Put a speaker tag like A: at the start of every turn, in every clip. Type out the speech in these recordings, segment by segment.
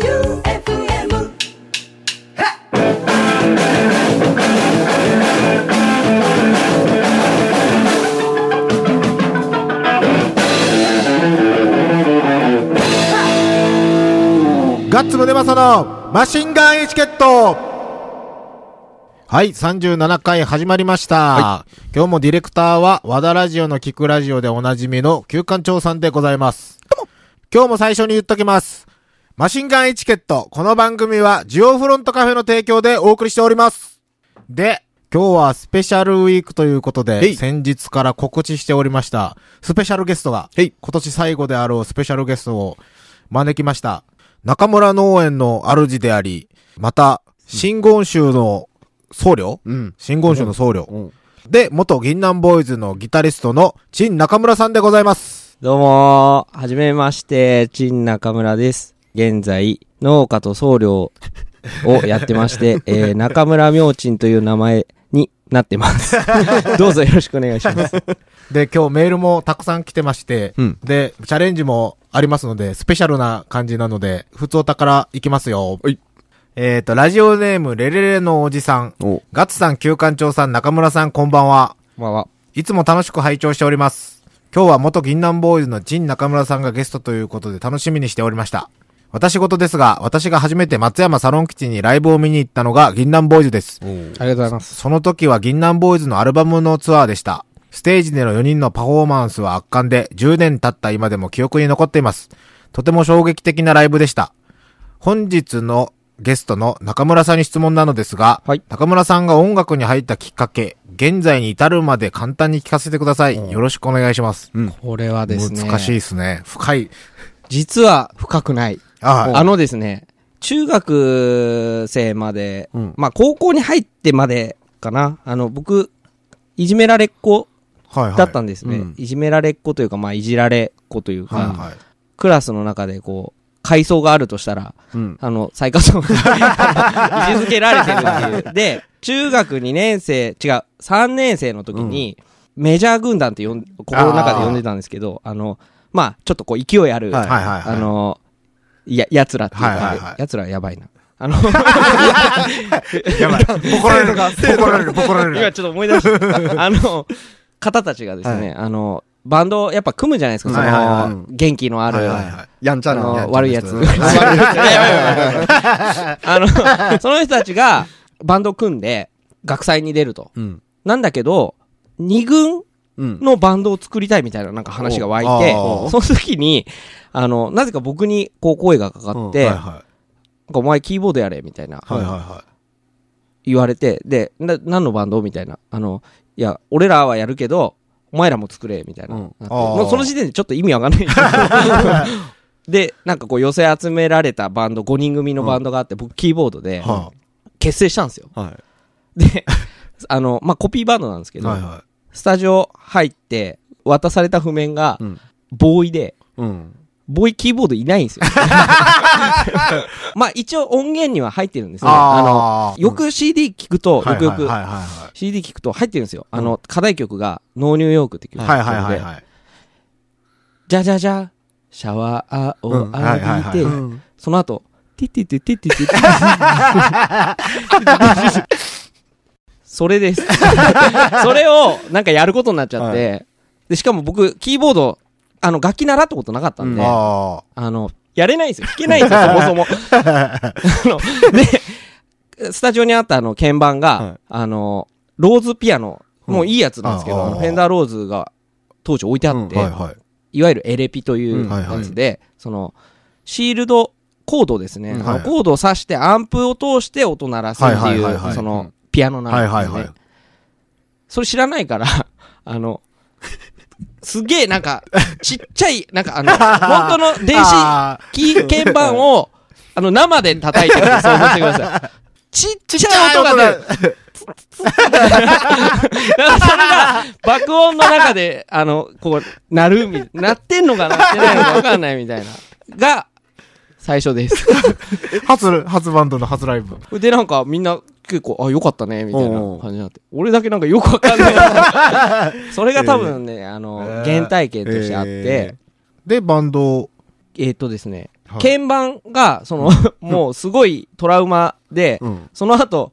A: J-O-E-U-F-M
B: ガッツムネマソのマシンガンエチケットはい、37回始まりました。今日もディレクターは和田ラジオの聞くラジオでおなじみの旧館長さんでございます。今日も最初に言っときます。マシンガンエチケット、この番組はジオフロントカフェの提供でお送りしております。で、今日はスペシャルウィークということ
C: へ
B: で、
C: い
B: 先日から告知しておりました、スペシャルゲストが、
C: へい
B: 今年最後であろうスペシャルゲストを招きました。中村農園の主であり、また、新言宗の僧侶
C: うん。
B: 新言宗の僧侶。
C: うん。
B: で、元銀南ボーイズのギタリストの陳中村さんでございます。
D: どうもー、はじめまして、陳中村です。現在、農家と僧侶をやってまして、えー、中村明珍という名前になってます。どうぞよろしくお願いします。
B: で、今日メールもたくさん来てまして、
C: うん
B: で、チャレンジもありますので、スペシャルな感じなので、普通お宝いきますよ。
C: はい
B: えっ、と、ラジオネーム、レレレのおじさん、
C: お
B: ガッツさん、旧館長さん、中村さん、こんばんは。
D: まあま
B: いつも楽しく拝聴しております。今日は元銀杏ボーイズの陳中村さんがゲストということで楽しみにしておりました。私事ですが、私が初めて松山サロン基地にライブを見に行ったのが銀杏ボーイズです。
D: ありがとうございます。
B: その時は銀杏ボーイズのアルバムのツアーでした。ステージでの4人のパフォーマンスは圧巻で、10年経った今でも記憶に残っています。とても衝撃的なライブでした。本日のゲストの中村さんに質問なのですが、
D: はい
B: 中村さんが音楽に入ったきっかけ、現在に至るまで簡単に聞かせてください。よろしくお願いします。
D: これはですね、
B: 難しいですね。深い。
D: 実は深くない。
B: あ
D: あのですね、中学生まで、
C: ん
D: まあ高校に入ってまでかな。あの、僕、いじめられっ子
B: はいはい。
D: だったんですね。
C: はい
D: い
C: うん
D: じめられっ子というか、まあいじられっ子というか、
B: はいはい。
D: クラスの中でこう、階層があるとしたら、
C: うん。
D: あの、最下層に位置づけられてるってい う。で、中学2年生、違う、3年生の時に、メジャー軍団って呼ん、心の中で呼んでたんですけど、あの、まあ、ちょっとこう勢いある、
C: はい
B: はいはいはい
D: あの、や、奴らっていうか、
B: はいはいはい
D: 奴らはやばい な。あの、
B: や ばい。怒られる。怒られる。怒られ
D: 今
B: る。
D: ちょっと思い 出した。あの、方たちがですね、あの、バンドをやっぱ組むじゃないですか、その、
B: はいはい
C: は
D: 元気のある、
B: はいはいはい。
C: やんちゃ
D: あ
C: な。やんちゃ
D: の、
C: な
D: 悪いやつ。
C: 人
D: 悪いやつあの、その人たちがバンド組んで、学祭に出ると。
C: うん。
D: なんだけど、二軍
C: うん。
D: のバンドを作りたいみたいななんか話が湧い
B: お
D: て
B: あー、
D: その時に、あの、なぜか僕にこう声がかかっ
B: はい
D: て、
B: はい。
D: なんかお前キーボードやれみたいな
B: はいはいは
D: 言われて、で、な、何のバンドみたいな。あの、いや、俺らはやるけど、お前らも作れみたいな。
C: うん
D: なって
B: あー
D: もうその時点でちょっと意味わかんない。で、なんかこう寄せ集められたバンド、5人組のバンドがあって、僕キーボード
B: い。
D: で
B: は
D: 結成したんですよ。
C: はい。
D: で、 あの、まあ、コピーバンドなんですけ
B: い
D: ど、
B: はいはい。
D: スタジオ入って渡された譜面が
C: うん、
D: ボーイで、
C: うん。
D: ボーイキーボードいないんですよ。 まあ一応音源には入ってるんですね。あ
B: あ
D: の、よく CD 聞くと、よくよく
B: はいは
D: CD 聞くと入ってるんですよ。あの、課題曲が、ノーニューヨークって曲
B: い
D: で。
B: はいはい。はいはいはいはい。
D: じゃじゃじゃ、シャワーを浴
B: うん
D: びて、
B: はいはいはいうん
D: その後、ティティティティティティティそれです。それを、なんかやることになっちゃって、で、しかも僕、キーボード、あの、楽器習ったことなかったんで、あ
B: あ
D: の、やれないんですよ。弾けないん ですよ、そもそも。あので、スタジオにあったあの、鍵盤
C: はい
D: が、あの、ローズピアノ、もういいやつなんですけ
B: うんあ
D: ど、
B: ー
D: あのフェンダーローズが当時置いてあって、
B: あ。はいはい。
D: いわゆるエレピといううんやつで、その、シールドコードですね。
C: うん
D: あ
B: はい
D: のコードを刺してアンプを通して音鳴らすって
B: はい
D: い、
B: はいはいはいう
D: その、ピアノなん
B: は
D: で
B: い
D: すね。
B: はいはい。
D: それ知らないから、 あの、すげえなんか、ちっちゃい、なんかあ の、本当の電子
B: あ
D: キー鍵盤を、あの、生で叩いてるんですそう思ってください。ちっちゃい音が出る。なんかそれが、爆音の中で、あの、こう、鳴るみ、鳴ってんのか鳴ってないのかわかんないみたいな。が、最初です。
B: ー初、初バンドの初ラ イブ。
D: で、なんかみんな結構、あ、よかったね、みたいな
C: おうおう
D: 感じになって。俺だけなんかよくわかんない。それが多分ね、あの、原体験としてあって、
B: で、バンドを
D: えっ、とですね、
B: はい
D: 鍵盤が、そ の、もうすごいトラウマで、
B: うん。
D: その後、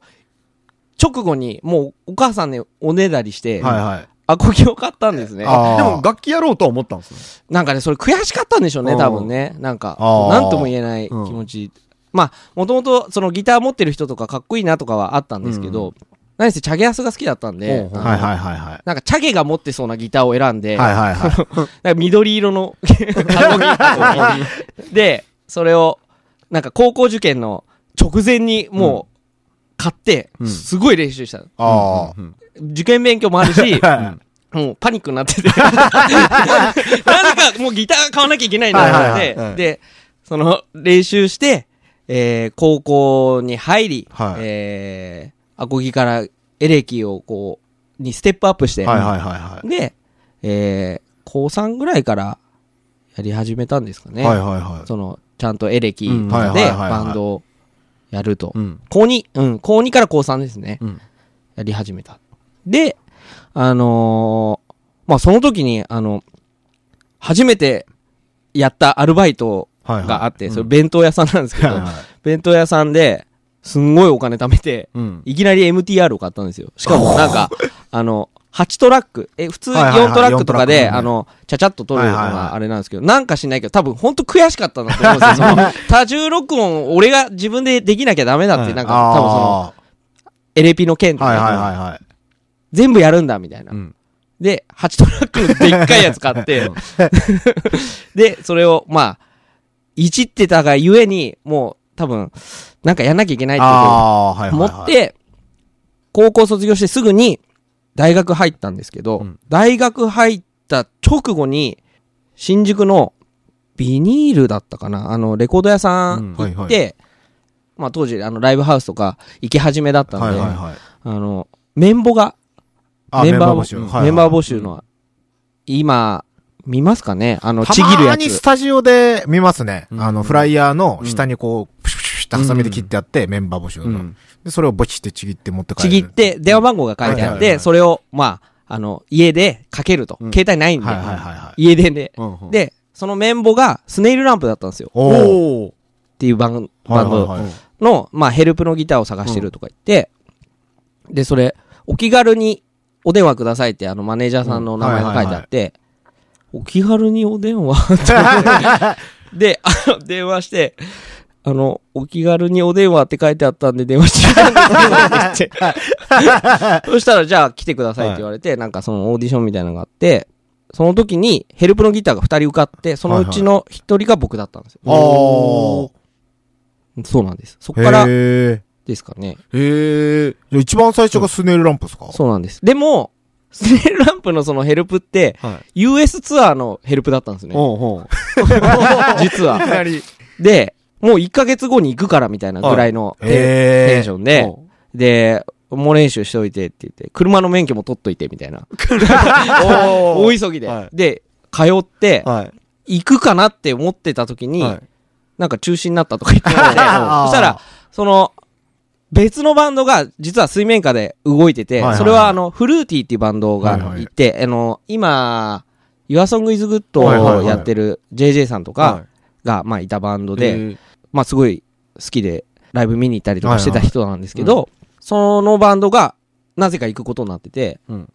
D: 直後に、もうお母さんね、おねだりして、
B: はいはい。
D: アコギを買ったんですね。
B: あー
C: でも楽器やろうとは思ったんですね。
D: なんかね、それ悔しかったんでしょうね、
C: うん
D: 多分ね。なんか、
B: あー
D: なんとも言えない気持ち。まあ、もともと、そのギター持ってる人とかかっこいいなとかはあったんですけど、何せチャゲアスが好きだったんで、
C: うん
D: あの
B: はいはいはいは
D: なんかチャゲが持ってそうなギターを選んで、
B: い。はいはい はい。
D: なんか緑色の アコギで、それを、なんか高校受験の直前にもう買って、
C: うん
D: すごい練習したの。
B: あ
C: うんうん
D: 受験勉強もあるし、
B: あ。
D: もうパニックになってて。なぜかもうギター買わなきゃいけないんだと思っ
C: はいはいはいは
D: て、
C: い
D: で、その練習して、えー高校に入り、
B: はい
D: えーアコギからエレキをこう、にステップアップして、
B: はいはいはいは
D: で、えー高3ぐらいからやり始めたんですか
B: い。
D: ね。
B: はいはいはい。
D: その、ちゃんとエレキ
C: うん
D: と
C: はい
D: か
B: はい
D: で
B: はいはい
D: バンドをやると。
C: うん
D: 高2、うん、高2から高3ですね。
C: うん
D: やり始めた。で、あのーまあ、その時に、あの、初めてやったアルバイト
B: はいはい
D: があって、それ弁当屋さんなんですけど、
B: はいはい
D: 弁当屋さんで、すんごいお金貯めて、
C: うん
D: いきなり MTR を買ったんですよ。しかもなんか、あの、8トラック、え、普通
B: はいはいはい
D: 4トラックとか
B: 四ト
D: で、
B: ラックね
D: あの、ちゃちゃっと取るの
B: はいはいはい
D: があれなんですけど、なんかしないけど、多分ほんと悔しかったんだと思うん ですよ。その、多重録音を俺が自分でできなきゃダメだって、なんか、多分その、
B: あ
D: エレピの件
B: ー
D: と
B: はいはいは
D: か、
B: いはい。
D: 全部やるんだ、みたいな
C: う。ん
D: で、8トラックのでっかいやつ買 って、で、それを、まあ、いじってたがゆえに、もう、多分、なんかやんなきゃいけないっていう
B: ああー、はいはい
D: 思
B: はい。
D: って、高校卒業してすぐに大学入ったんですけど、
C: うん
D: 大学入った直後に、新宿のビニールだったかなあの、レコード屋さん
B: うんはい
D: 行
B: は
D: っ
B: い
D: て、まあ当時、あの、ライブハウスとか行き始めだったんで、
B: はいはいはい。
D: あの、綿棒が、
B: あ
D: メンバー
B: 募
D: 募
B: 集は
D: 集。
B: いはい
D: メンバー募集の、今、見ますかねあの、ち
B: た
D: ぎる
B: ま
D: や
B: に
D: つ
B: ス。タジオで見ますね。
C: うん
B: あの、フライヤーの下にこう、プシュプシュプシュってハサミで切ってあって、メンバー募集
C: う
B: の
C: ん。
B: で、それをボチってちぎって持って帰
D: ち
B: る。
D: ぎって、電話番号が書
B: は
D: いてあっ
B: いはいは
D: て、
B: い
D: それを、まあ、あの、家でかけると。
C: うん
D: 携帯ないんで
B: はい、はいはいはい。
D: 家電で。
C: うんうん
D: で、その綿棒がスネイルランプだったんですよ。っ
B: おー。
C: おー
D: ていうバンバンド
B: はいはいはい
D: の、まあ、ヘルプのギターを探してるとか言って、で、それ、お気軽にお電話くださいって、あの、マネージャーさんの名前が書いてあって、お気軽にお電話って思ってで、あの、電話して、あの、お気軽にお電話って書いてあったんで電話してきたんですけどってそしたら、じゃあ来てくださいって言われて、なんかそのオーディションみたいなのがあって、その時にヘルプのギターが二人受かって、そのうちの一人が僕だったんですよ。
B: お
D: そうなんです。そこ
B: ー。
D: から
B: へー
D: ですかね。
C: へえ。
B: じゃあ一番最初がスネイルランプですか
D: そうなんです。でも、スネイルランプのそのヘルプって、
C: はい。
D: US ツアーのヘルプだったんですね。
C: おうおう。
D: 実
C: いき
D: は。
C: なり。
D: で、もう1ヶ月後に行くからみたいなぐらいの
B: はい
D: テ
B: へー
D: ンテンションで、
C: おう
D: で、もう練習しといてって言って、車の免許も取っといてみたいな。
C: お
D: 大急ぎで
C: は。
D: で、通って、
C: は
D: 行くかなって思ってた時
C: い。
D: に、
C: はい。
D: なんか中止になったとか言っ てたんで、そ
B: あー
D: したら、その、別のバンドが実は水面下で動いてて
B: はいはいは、い
D: それはあの、フルーティーっていうバンド
B: はいは
D: が
B: い
D: いて、あの、今、Your Song is Good
B: はいはいは
D: を
B: い
D: やってる JJ さんとかが、まあいたバンド
C: い、
D: で、
C: え
D: まあすごい好きでライブ見に行ったりとかしてた人なんですけど、そのバンドがなぜか行くことになってて、
C: うん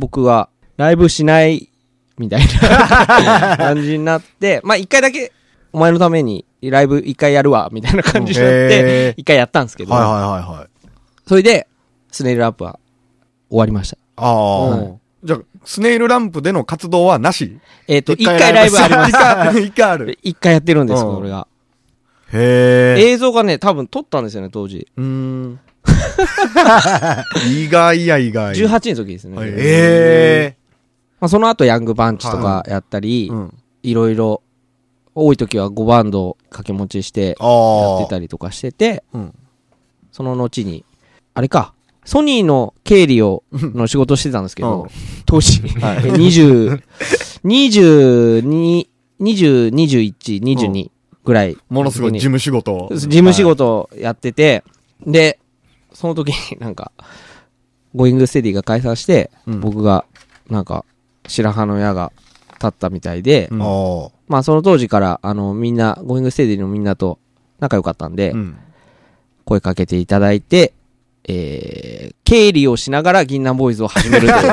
D: 僕はライブしないみたいな 感じになって、まあ一回だけお前のためにライブ一回やるわみたいな感じになっ
B: うんへ
D: て
B: ー、
D: 一回やったんですけど、
B: はいはいはいはい。
D: それでスネイルアップは終わりました。
C: ー
B: ああ。
C: おうじゃあ、スネイルランプでの活動はなし
D: えっ、と、一
B: 一回
D: 回ライブありま
C: 一
D: す。
C: 回、一回ある。
D: 一回やってるんですよ、
C: うん
D: 俺が。
B: へえ。
D: 映像がね、多分撮ったんですよね、当時。
C: うーん。意外や意外。
D: 18の時ですね。
C: はい
B: ええ。
D: まあ、その後、ヤングバンチとかやったり、
C: うん。
D: いろいろ、多い時は5バンドを掛け持ちして
B: あ
D: やっ
B: あ
D: て。たりとかしてて、
C: うん。
D: その後に、あれか、ソニーの経理を、の仕事してたんですけど、
C: うん
D: 当時、20、22、20、21、22ぐらい、
C: ものすごい事務仕事を。
D: 事務仕事をやってて、で、その時になんか、ゴーイングステディが解散して、
C: うん
D: 僕が、なんか、白羽の矢が経ったみたいで、
B: うんお
D: まあその当時から、あの、みんな、ゴーイングステーディのみんなと仲良かったんで、
B: ーうん。
D: 声かけていただいて、えー、経理をしながら銀杏ボーイズを始めるという。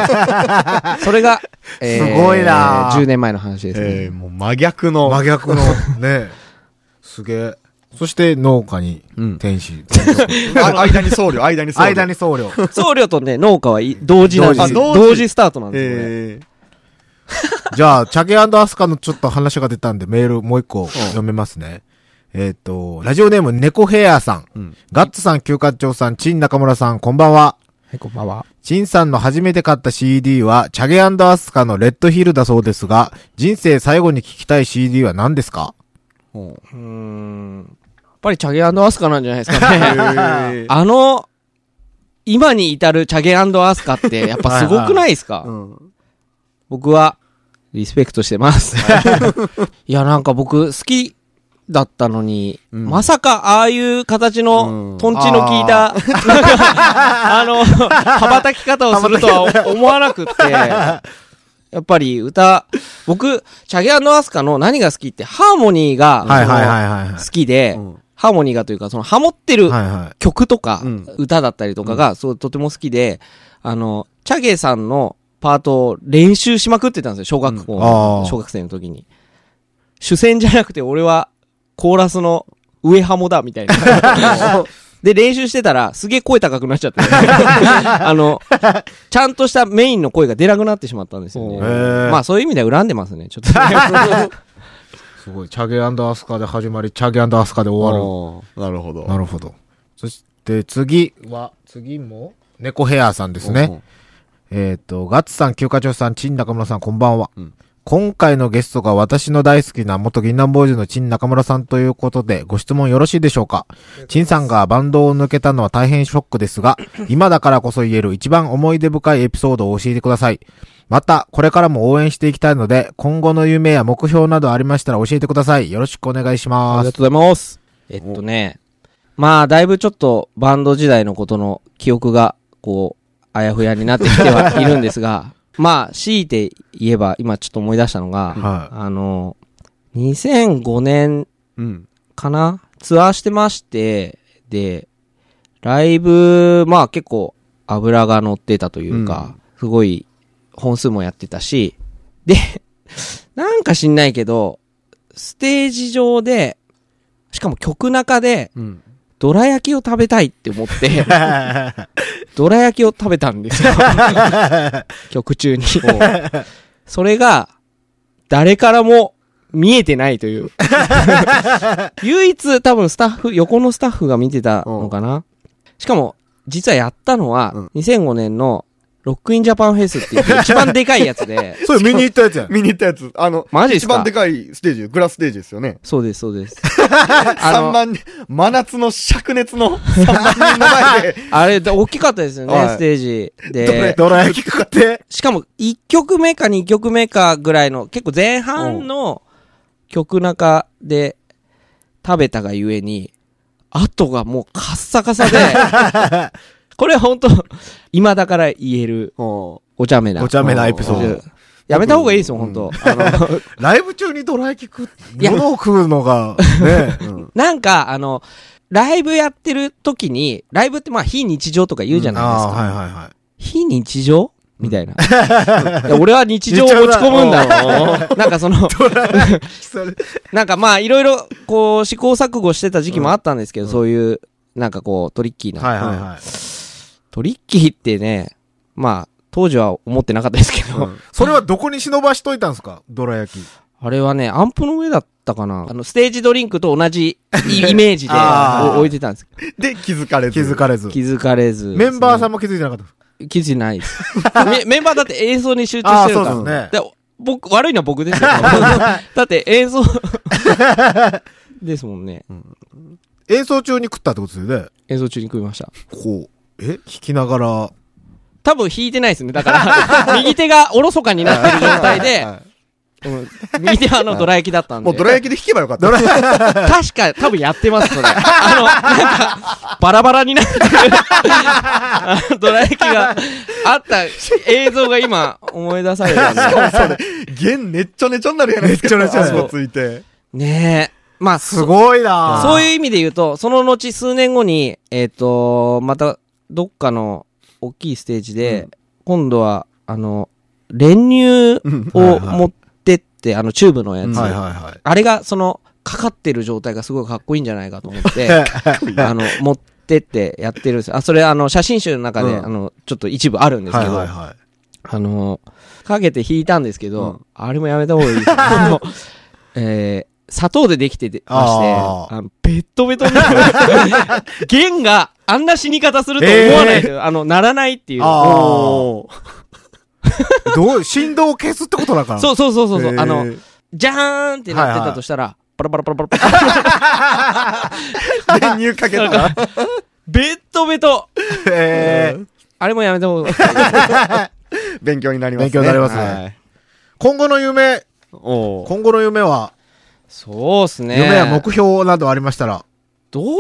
D: それが、えー
B: すごいな
D: 10年前の話ですね。
C: えー、もう真逆の。
B: 真逆の、ね。すげえ。そして農家に
D: うん
B: 天使。
C: あ間に僧侶、間に僧侶。
B: 間に僧侶。
D: 僧侶とね、農家はい同時なんです
C: 同
D: よ。
C: 時
D: 同時スタートなんですよ、ね
C: え
B: じゃあ、チャゲアスカのちょっと話が出たんで、メールもう一個読めますね。えっ、と、ラジオネーム、猫ヘアさん,、ガッツさん、休館長さん、チン中村さん、こんばんは。
D: はい、こんばんは。
B: チンさんの初めて買った CD は、チャゲアスカのレッドヒルだそうですが、人生最後に聞きたい CD は何ですか
D: うーん。やっぱりチャゲアスカなんじゃないですかね。
C: ー
D: あの、今に至るチャゲアスカって、やっぱすごくないですか
C: ん
D: 僕は、リスペクトしてます。いや、なんか僕、好きだったのに、まさか、ああいう形
C: う
D: の、
C: ん
D: トンチの効いた、なんかあの、羽ばたき方をするとは思わなくって、やっぱり歌、僕、チャゲアスカの何が好きって、ハーモニーが、
B: はいはいはいはいはい
D: 好きで、
C: うん
D: ハーモニーがというか、そのハモってる
B: はいは
D: 曲とか、
C: うん
D: 歌だったりとかが、そう、とても好きで、あの、チャゲさんのパートを練習しまくってたんですよ、小学校の、
B: うんあー
D: 小学生の時に。主戦じゃなくて、俺は、コーラスの上ハモだ、みたい な。で、練習してたら、すげえ声高くなっちゃって。 あの、ちゃんとしたメインの声が出なくなってしまったんですよね。
C: お
B: ー
D: まあ、そういう意味では恨んでますね、ちょっとね。
B: い。すごい、チャゲアスカで始まり、チャゲアスカで終わ
C: ーなるほど。
B: る。なるほど。そして、次は、次も、猫ヘアさんです
C: ほ
B: ね。。えっ、と、ガッツさん、休暇長さん、陳中村さん、こんばんは。
C: ん
B: 今回のゲストが私の大好きな元銀杏ボーイズの陳中村さんということで、ご質問よろしいでしょうか陳さんがバンドを抜けたのは大変ショックですが、今だからこそ言える一番思い出深いエピソードを教えてください。また、これからも応援していきたいので、今後の夢や目標などありましたら教えてください。よろしくお願いし
D: あ
B: ま
D: りが
B: す。
D: とうございます。えっとね、まあ、だいぶちょっとバンド時代のことの記憶が、こう、あやふやになってきてはいるんですが、 まあ、強いて言えば、今ちょっと思い出したのが、
B: は、
D: あの、2005年
C: うん。
D: かなツアーしてまして、で、ライブ、まあ結構油が乗ってたというか、すごい本数もやってたし、で、 なんか知んないけど、ステージ上で、しかも曲中で、
C: うん。
D: どら焼きを食べたいって思 って、どら焼きを食べたんですよ。曲中に。それが、誰からも見えてないと いう。唯一多分スタッフ、横のスタッフが見てたのかな。しかも、実はやったのは、
C: うん
D: 2005年のロックインジャパンフェスっていう一番でかいやつで
B: それ見に行ったやつやん。
C: 見に行ったやつ。あの、
D: マジっす
C: 一
D: か
C: 番でかいステージ、グラスステージですよね。
D: そうです、そう です。あ
C: 3
D: の
C: 万人、真夏の灼熱の3万人の前で、
D: あれ、大きかったですよ
C: はい
D: ね、ステージ。
B: どら
D: で、
B: どら焼き食って。
D: しかも、1曲目か2曲目かぐらいの、結構前半の曲中で食べたがゆえに、後がもうカッサカサで、 これは本当今だから言える、
C: お
D: お茶目な。
B: お茶目なエピソ
D: お
B: ード。
D: 茶やめた方がいいですよ、本当あの、
B: ライブ中にどら焼き食っ
D: いや
B: 物を食うのが、 ね。
D: なんか、あの、ライブやってる時に、ライブってまあ非日常とか言うじゃないですか。
B: ああ、はいはいはい。
D: 非日常みたいな。いや俺は日常を持ち込むんだろう。 なんかその、なんかまあいろいろこう試行錯誤してた時期もあったんですけど、そういう、なんかこうトリッキーな、
B: はいはいはい。
D: トリッキーってね、まあ当時は思ってなかったですけど、
B: それはどこに忍ばしといたんですかどら焼き。
D: あれはね、アンプの上だったかな。あの、ステージドリンクと同じイイメージで
B: あー
D: お置いてたんですけど
C: で、気づかれず。
B: 気づかれず。
D: 気づかれず。
B: メンバーさ
D: ん
B: んも気づいてなかった。
D: 気づいてないです。 メメンバーだって演奏に集中してるから。
B: あーそうですね
D: で僕、悪いのは 僕ですよ。だって演奏、 ですもんね。
B: 演奏中に食ったってことですよね。
D: 演奏中に食いました。
B: こう。え弾きながら。
D: 多分弾いてないですね。だから、右手がおろそかになってる状態で、うん右手はあの、ドラ焼きだったんで。
C: もうドラ焼きで弾けばよかった。
D: 確か、多分やってます、それ。あの、なんか、バラバラになってるあ のドラ焼きがあった映像が今、思い出されたんで。
C: 弦ねっちょねちょになるやないですか。
B: ねっちょねちょ
C: あそこついて。
D: ねえ。まあ、
B: すごいな
D: そういう意味で言うと、その後数年後に、えっ、と、また、どっかの大きいステージで、今度は、あの、練乳
C: うん
D: を
B: はいはい
D: 持ってって、あの、チューブのやつ。
C: うん
B: はいはいはい。
D: あれが、その、かかってる状態がすごいかっこいいんじゃないかと 思って、あの、持ってってやってるんですあ、それ、あの、写真集の中で、
B: うん
D: あの、ちょっと一部あるんです
B: は
D: け
B: い
D: ど、
B: はいはい。
D: あの、かけて弾いたんですけど、
C: うん
D: あれもやめた方がいい です。あのえー砂糖でできててまして、
B: あ
D: あのベッドベトにな る。弦があんな死に方すると思わないと、あの、ならないっていう。
B: あ
C: おー
B: どう、振動を消すってことだから。
D: そうそうそうそうそう、
C: へー
D: あの、じゃーんってなってたとしたら、パラパラパラパラパラ、
C: 練乳かけたら。
D: ベッドベト
B: へー
D: あれもやめた方がいい。
C: 勉強になりますね。
B: 勉強になりますね
C: はい
B: 今後の夢、
C: おー
B: 今後の夢は、
D: そうっすね。
B: 夢や目標などありましたら。
D: どう、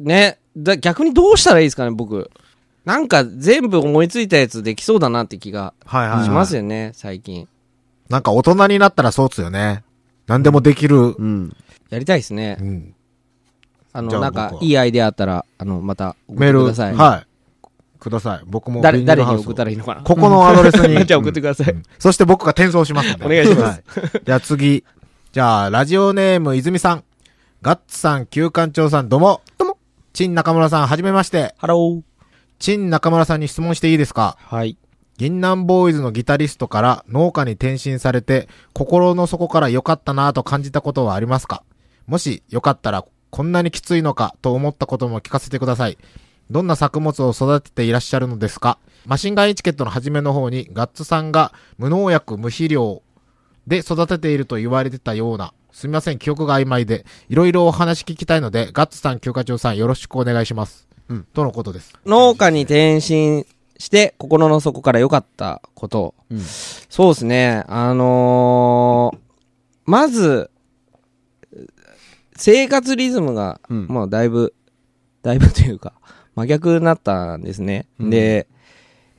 D: ね、だ逆にどうしたらいいですかね、僕。なんか全部思いついたやつできそうだなって気が
B: はい
D: しますよね、最近。
B: なんか大人になったらそうっすよね。何でもできる。
C: うん。
D: やりたいですね
B: う。ん。
D: あ
B: じゃ
D: の、
B: あ
D: なんか
B: 僕、はい
D: いアイデアあったら、あの、また、送っ
B: メー
D: て
B: ル、
D: ください。
B: はい。ください。僕も
D: 誰、
B: ビニー
D: 誰
B: ルハウ
D: に
B: スを
D: 送ったらいいのかな。
B: ここのアドレスに。
D: じゃあ送ってください
B: うんうんそして僕が転送しますんで。。
D: お願いします
B: じゃあ次。じゃあ、ラジオネーム、泉さん。ガッツさん、旧館長さん、どうも。どうも。陳中村さん、はじめまして。
D: ハロー。
B: 陳中村さんに質問していいですか
D: はい。
B: 銀杏ボーイズのギタリストから農家に転身されて、心の底から良かったなぁと感じたことはありますかもし、良かったら、こんなにきついのかと思ったことも聞かせてください。どんな作物を育てていらっしゃるのですかマシンガンエチケットの初めの方に、ガッツさんが無農薬、無肥料で育てていると言われてたような、すみません、記憶が曖昧で、いろいろお話聞きたいので、ガッツさん、休暇長さん、よろしくお願いします。
C: うん
B: とのことです。
D: 農家に転身して、心の底から良かったこと。
C: うん
D: そうですね。あのーまず、生活リズムが、
C: うん
D: もうだいぶ、だいぶというか、真逆になったんですね。
C: うん
D: で、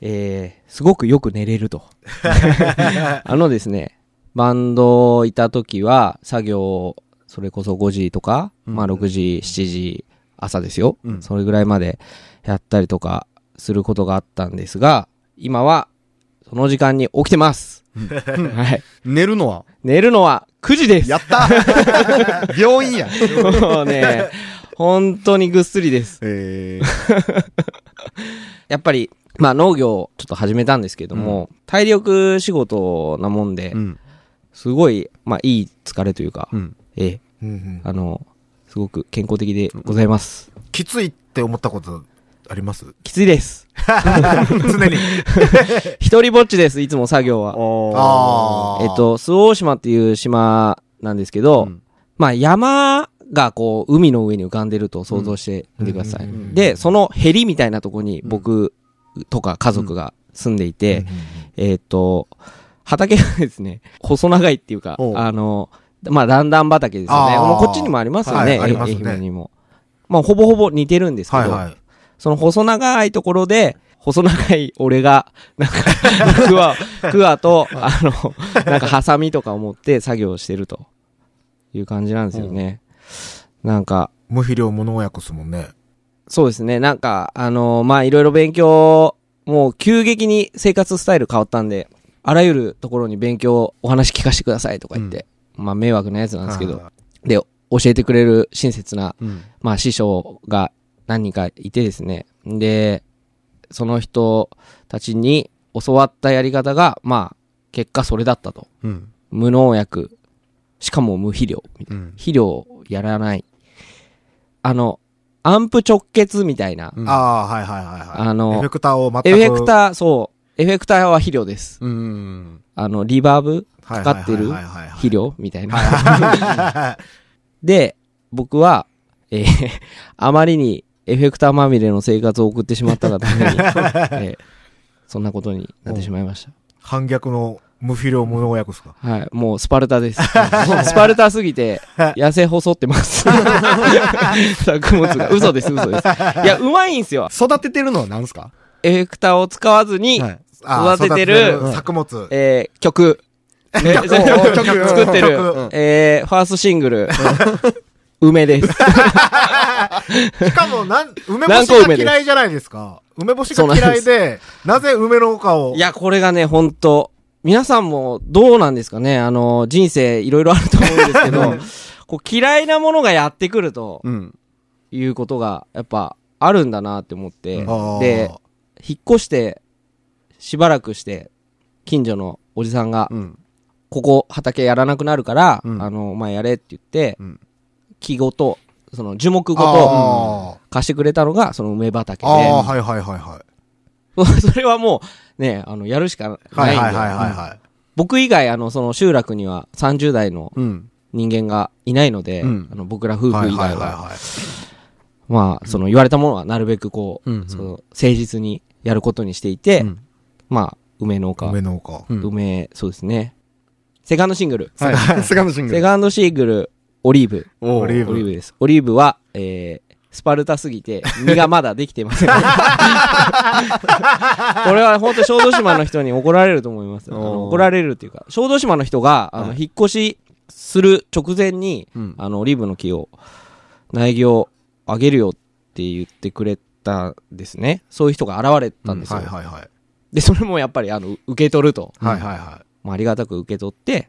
D: えーすごくよく寝れる と。あのですね、バンドいた時は、作業、それこそ5時とか、
C: うん
D: まあ6時、7時、朝ですよ、
C: うん
D: それぐらいまでやったりとかすることがあったんですが、今は、その時間に起きてます。はい。
C: 寝るのは
D: 寝るのは9時です。
C: やった病院や。
D: もうね、本当にぐっすりです。
C: えー
D: やっぱり、まあ農業をちょっと始めたんですけども、体力仕事なもんで、
C: うん。
D: すごい、まあいい疲れというか、
C: うん。
D: ええ、
B: うんうん
D: あの、すごく健康的でございます。
B: きついって思ったことあります
D: きつい です。
B: 常に。
D: 一人ぼっちです、いつも作業は。
C: あ
B: ああ。
D: えっ、と、周防大島っていう島なんですけど、
C: うん
D: まあ山がこう、海の上に浮かんでると想像してみてくださ
B: う
D: い。
B: んうんうんうん
D: で、そのヘリみたいなとこに僕とか家族が住んでいて、えっ、と、畑がですね、細長いっていうか、
C: おう
D: あの、まあ、段々畑ですよね。
B: あー
D: もうこっちにもありますよ
B: は
D: ね。
B: いありますね
D: 愛媛にも。まあ、ほぼほぼ似てるんですけど、
B: はいはい。
D: その細長いところで、細長い俺が、なんか、 クワ、クワと、あの、なんか、ハサミとかを持って作業してるという感じなんですよね。なんか、
B: 無肥料無農薬っすもんね。
D: そうですね。なんか、あのまあ、いろいろ勉強、もう急激に生活スタイル変わったんで、あらゆるところに勉強、お話聞かせてくださいとか言って、まあ、迷惑なやつなんですけど、で、教えてくれる親切な、
C: うん。
D: まあ、師匠が何人かいてですね。で、その人たちに教わったやり方が、まあ、結果それだったと。
C: うん。
D: 無農薬、しかも無肥料、みたいな
C: うん
D: 肥料をやらない。あの、アンプ直結みたいな。
C: うん
B: ああ、はいはいはいはい。
D: あの
B: エフェクターを全く。
D: エフェクター、そう。エフェクターは肥料です。
C: うん。
D: あの、リバーブ
B: はい
D: か
B: は
D: か
B: い
D: ってる
B: はいはいはい
D: 肥料みたいな。
B: は
D: で、僕は、えー あまりにエフェクターまみれの生活を送ってしまったがために、えーそんなことになってしまいました。
B: い。反逆の無肥料無農薬ですか
D: はい、もうスパルタです。もうスパルタすぎて、痩せ細ってます。作物が。嘘です、嘘です。いや、うまいんすよ。
C: 育ててるのは何すか
D: エフェクターを使わずに、
C: はい
B: あー
D: 育ててる
B: 育作物。
D: えー曲。えー
C: 曲
D: 作ってる
B: 曲。
D: えーファーストシングル。梅です。
B: しかも、 なん、梅干
D: 何
B: し
D: 個
B: が
D: 梅です
B: 嫌いじゃないですか。梅干し
D: そう
B: が
D: なんです
B: 嫌いで、なぜ梅の丘を
D: いや、これがね、ほんと、皆さんもどうなんですかねあの、人生いろいろあると思うんです けど、こう嫌いなものがやってくると
C: うん。
D: いうことが、やっぱ、あるんだなって思って
B: あー、
D: で、引っ越して、しばらくして、近所のおじさんが、
C: うん。
D: ここ畑やらなくなるから、
C: うん
D: あの、お前やれって言って、
C: うん
D: 木ごと、その樹木ごと
B: あ
D: 貸してくれたのが、その梅畑
B: ーあー、
D: で、
B: はいはいはいはい。
D: それはもう、ね、あの、やるしか
B: は
D: ないいん
B: はい
D: で、
B: はいはいはい。
D: 僕以外、あの、その集落には30代の
C: うん。
D: 人間がいないので、
C: うん
D: あの僕ら夫婦以
B: はい
D: 外は、
B: はいはいはい。
D: まあ、その言われたものはなるべくこう、
C: うんうん
D: その誠実にやることにしていて、
C: うん
D: まあ、梅農家、
B: 梅
D: 梅
B: の丘。
C: うん
D: そうですね。セカンドシングル、
C: はい。 セカンドシング
D: セ
C: ル。
D: カンドシングル、オリーブ。
C: お
B: オリーブ
D: オリーブです。オリーブは、えー、スパルタすぎて、身がまだできていま せん。これは本当小豆島の人に怒られると思います。あの
C: おー
D: 怒られるっていうか、小豆島の人が、あの、引っ越しする直前に、
C: うん
D: あの、オリーブの木を、苗木をあげるよって言ってくれたんですね。そういう人が現れたんですよ。
B: はいはいはい。
D: で、それもやっぱり、あの、受け取ると。
B: はいはいは
D: まあ、ありがたく受け取って、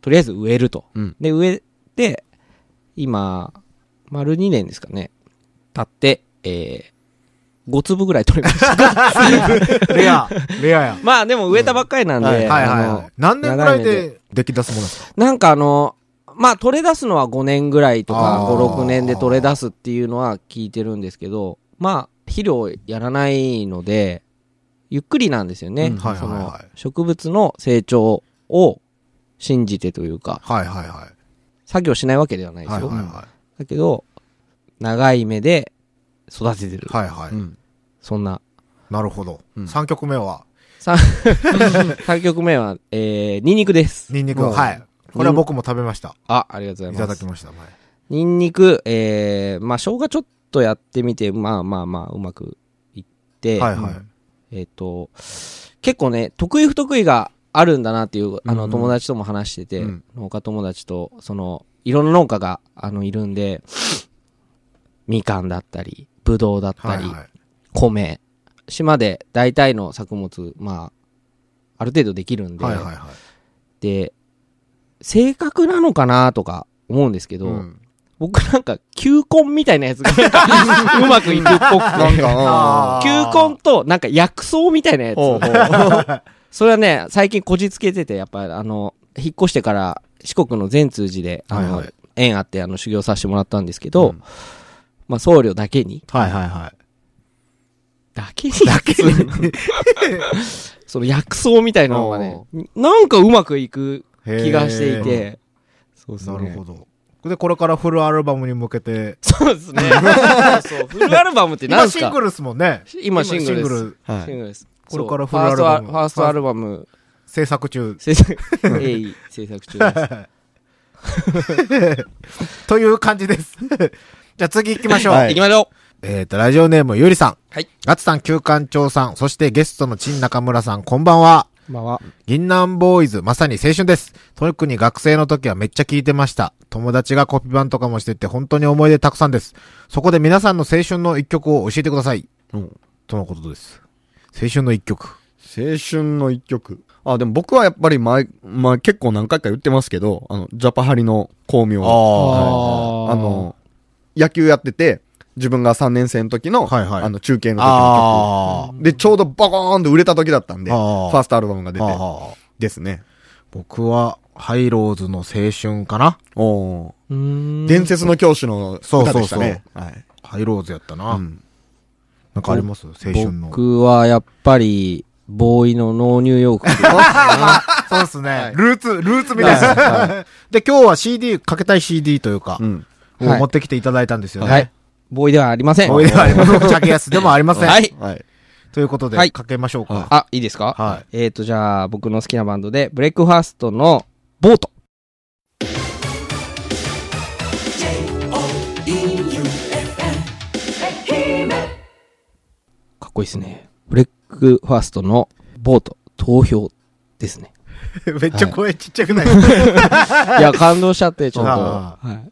D: とりあえず植えると。
C: うん
D: で、植えて、今、丸2年ですかね。経って、えー、5粒ぐらい取れま した。
B: い。レア、レアや。
D: まあでも植えたばっかり なんで、
C: は
B: は
C: い
B: いはい
D: あ
B: は
D: の
B: い。何年くらい
D: 長い目
B: で出来出すものですか
D: なんかあの、まあ取れ出すのは5年ぐらいとか、
B: あー
D: 5、6年で取れ出すっていうのは聞いてるんですけど、まあ肥料をやらないので、ゆっくりなんですよね。
C: うん
B: はいはいはい
D: その植物の成長を信じてというか、
B: はいはいは
D: 作業しないわけではない
B: い。
D: で
B: は
D: す
B: い
D: よ。
B: はいは
D: だけど、長い目で育ててる。
B: い。はいは
C: う
B: い。
C: ん。
D: そんな。
B: なるほど。
C: うん
B: 3曲目は、
D: 3曲目は、えー、ニンニクです。
B: ニンニク。はい。これは僕も食べました。
D: あ、ありがとう
B: い
D: ござ
B: た
D: いま
B: だ
D: す
B: き。ました。はい
D: ニンニク、えー、まあ、生姜ちょっとやってみて、まあまあまあ、うまくいって、
B: はいはい。
D: えっ、と、結構ね、得意不得意があるんだなっていう、あ
C: うんう
D: の、
C: ん
D: 友達とも話してて、
C: うん
D: 農家友達と、その、いろんな農家が、あの、いる んで、みかんだったり、ぶどうだった
B: はい
D: り、
B: はい。
D: 米。島で大体の作物、まあ、ある程度できるんで、
B: はいはいはい。
D: で、正確なのかなとか思うんですけど、
C: うん
D: 僕なんか、球根みたいなやつが、 うまくいくっぽく
C: なん
D: て。
B: あ
C: か、
B: ー
D: 球根と、なんか薬草みたいなや
C: おう
D: つ。それはね、最近こじつけてて、やっぱりあの、引っ越してから四国の全通寺で、あの、
B: はいはい
D: 縁あってあの修行させてもらったんですけど、まあ僧侶だけに、
B: はいはいはい。
D: だけにだけにその薬草みたいなのがね、なんかうまくいく気がしていて、そうですね。
B: なるほど。で、これからフルアルバムに向けて、
D: そうです ね。そうフルアルバムって
B: 今
D: 何
B: シ
D: す
B: ン
D: か
B: グルっすもんね。
D: 今シングルです
B: ル
C: は
D: シン
C: い。
D: グルです。
B: これからフ
D: そう
B: ルアルバム
D: ファーストアルバム。
B: 制作中。
D: ファーストアルバム、 制作、鋭意制作中です。
B: という感じです。 じゃあ次行きましょう。
C: はい
D: 行きましょ
B: えっ、と、ラジオネームゆりさん。
D: はい。
B: ガツさん、旧館長さん、そしてゲストの陳中村さん、こんばんは。
D: う。まは。
B: 銀杏ボーイズ、まさに青春です。特に学生の時はめっちゃ聞いてました。友達がコピー版とかもしてて本当に思い出たくさんです。そこで皆さんの青春の一曲を教えてください。
C: うん
B: とのことです。青春の一曲。
C: 青春の一曲。あ、でも僕はやっぱり前、まあ結構何回か言ってますけど、あの、ジャパハリの巧妙。
D: あー
C: はいあの、野球やってて、自分が3年生の時の、
B: はいはい
C: あの、中継の時
B: あ
C: の曲。で、ちょうどバコーンと売れた時だったんで、
B: あ
C: フ
B: ー
C: ァーストアルバムが出て、
B: あ。
C: ですね。
B: 僕は、ハイローズの青春かな
C: おー
D: うーん。
C: 伝説の教師の歌でしたね。はい
B: ハイローズやったな。
C: うん
B: なんかあります青春の。
D: 僕はやっぱり、ボーイのノーニューヨーク。
B: そうですね。ルーツ、ルーツみたいな。で、今日は CD、かけたい CD というか
C: う、ん。
B: を
D: はい
B: 持ってきていただいたんですよね。
D: はい。ボーイではありません。
B: 思い出はありません。ジャケ安でもありません。
D: はい。
C: はい。
B: ということで、
D: はい
B: かけましょうか。
D: あ、いいですか
B: はい。
D: えっ、ー、と、じゃあ、僕の好きなバンドで、ブレックファーストのボート。かっこいいですね。ブレックファーストのボート、投票ですね。
B: めっちゃ声ちっちゃくない、
D: いや、感動しちゃって、ちょっと。
B: あ
D: はい、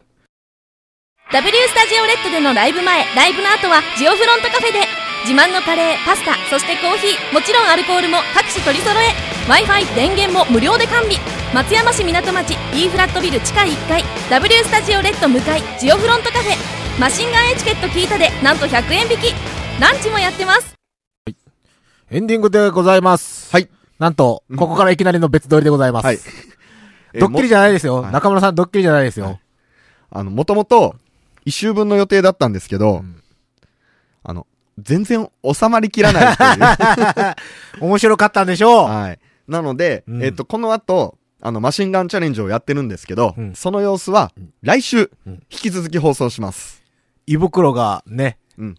E: W スタジオレッドでのライブ前、ライブの後はジオフロントカフェで自慢のカレー、パスタ、そしてコーヒー、もちろんアルコールも各種取り揃え Wi-Fi、電源も無料で完備松山市港町 E フラットビル地下1階 W スタジオレッド向かいジオフロントカフェマシンガンエチケット聞いたでなんと100円引きランチもやってます
B: エンディングでございます。
C: はい。
B: なんと、ここからいきなりの別撮りでございます。
C: はい。
B: ドッキリじゃないですよ。
C: はい
B: 中村さん、ドッキリじゃないですよ。
C: はいあの、もともと、一周分の予定だったんですけど、
B: ん
C: あの、全然収まりきらないっていう。
B: 面白かったんでしょう。
C: はい。なので、
B: うん
C: えっと、この後、あの、マシンガンチャレンジをやってるんですけど、
B: うん
C: その様子は、来週、
B: うん
C: 引き続き放送します。
B: 胃袋がね、
C: うん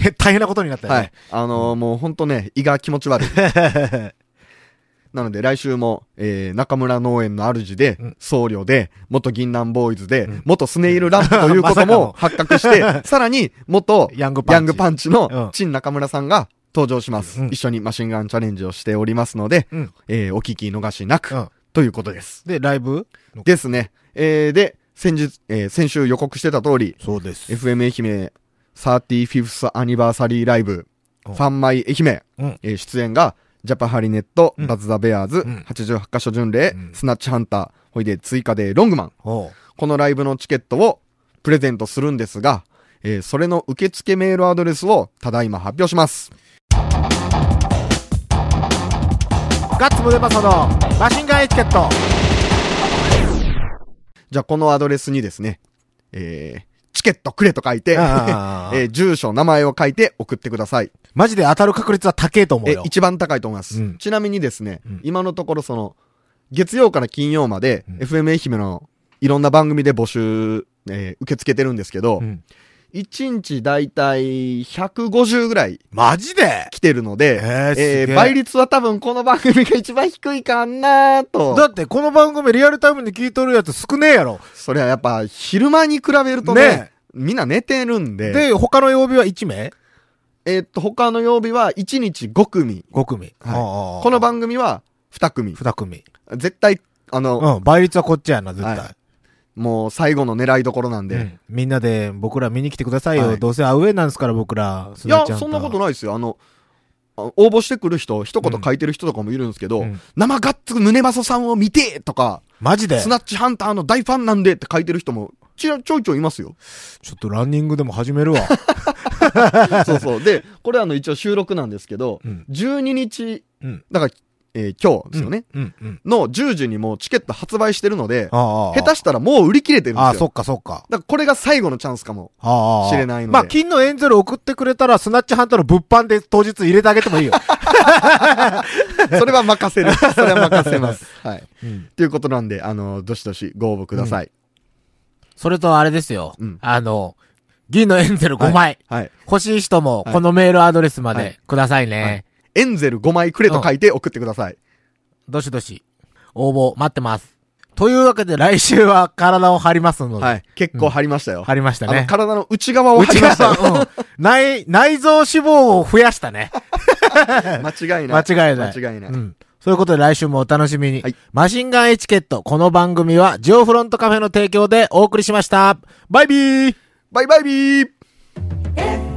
B: へ大変なことになったよ
C: は
B: ね
C: い。。あのーもうほんとね、胃が気持ち 悪い。なので来週も、えー、中村農園の主で、僧侶で、元銀杏ボーイズで、元スネイルランプというこ
B: まさか
C: と
B: の
C: も発覚し て、さらに元
B: ヤングパンチうん
C: の陳中村さんが登場します、
B: うん
C: 一緒にマシンガンチャレンジをしておりますので、
B: うん
C: えーお聞き逃しなく、
B: うん
C: ということです。
B: で、ライブ
C: ですね。えー、で、先日、えー先週予告してた通り、
B: そうです。
C: FM 愛媛 35th アニバーサリーライブ、
B: う
C: フ
B: ん
C: ァンマイ愛媛、
B: うん
C: えー出演が、ジャパハリネット、
B: うん
C: バズ・ザ・ベアーズ、
B: ん
C: 88カ所巡礼、
B: うん
C: スナッチハンター、ほいで追加でロングマン。
B: おう
C: このライブのチケットをプレゼントするんですが、えーそれの受付メールアドレスをただいま発表します。
B: ガッツムデパソのマシンガンエチケット。
C: じゃあこのアドレスにですね、えーチケットくれと書い て、え
B: あー
C: ー住所、名前を書いて送ってください。
B: マジで当たる確率は高えと思う
C: え
B: よ。
C: 一番高いと思います、
B: うん
C: ちなみにですね、
B: うん
C: 今のところその月曜から金曜まで、
B: ん
C: FM 愛媛のいろんな番組で募集、えー受け付けてるんですけど、
B: うん
C: 1日だいたい150ぐらい
B: マジで
C: 来てるので、
B: えーすげえ
C: 倍率は多分この番組が一番低いかなと。
B: だってこの番組リアルタイムで聞いとるやつ少ねえやろ。
C: それはやっぱ昼間に比べるとね、
B: ね
C: みんな寝てるんで、
B: で、他の曜日は1名
C: えーっと、他の曜日は1日5組。
B: ?5 組。
C: はい
B: こ
C: この番組は2組。
B: 2組。
C: 絶対、あの、
B: うん、倍率はこっちやな、絶対。
C: はもう最後の狙いどころなんで。
B: うんみんなで僕ら見に来てくださいよ。
C: はい
B: どうせアウェーなんですから、僕ら。
C: いや、そんなこと
B: い。
C: ないですよ。あの、あ応募してくる人、一言書いてる人とかもいるんですけど、
B: うん
C: 生ガッツ胸バソさんを見てとか、
B: マジで
C: スナッチハンターの大ファンなんでって書いてる人も、ちらちょいちょいい ますよ。
B: ちょっとランニングでも始めるわ。
C: そうそう。で、これあの一応収録なんですけど、
B: うん
C: 12日、
B: うん
C: だから、えー今日ですよね、
B: うん、うん。
C: の10時にもうチケット発売してるので、
B: ああ。
C: 下手したらもう売り切れてるんですよ。
B: ああ、そっかそっか。
C: だからこれが最後のチャンスかも。
B: ああ。
C: 知れないので
B: まあ、金のエンゼル送ってくれたら、スナッチハンターの物販で当日入れてあげてもいいよ。
C: それは 任せる。それは任せます。 はい。
B: うん
C: ということなんで、あの、どしどしご応募ください。
B: それとあれですよ
C: うん
B: あの、銀のエンゼル
C: 五
B: 5枚。
C: はい。
B: 欲しい人も、
C: こ
B: このメールアドレスま
C: で
B: でくださいね。
C: エンゼル5枚くれと書いて送ってください。
B: どしどし、応募待ってます。というわけで来週は体を張りますので、
C: はい。結構張りましたよ。
B: 張りました
C: あの、
B: ね。
C: 体の内側を張りました
B: 内
C: よ。
B: 側、うん、内、内臓脂肪を増やした ね。
C: 間違いな
B: 間
C: い。
B: 違いない。
C: 間違いない。
B: うん。そういうことで来週もお楽しみに。
C: はい
B: マシンガンエチケット、この番組はジオフロントカフェの提供でお送りしました。バイビー
C: バイバイビー
A: FM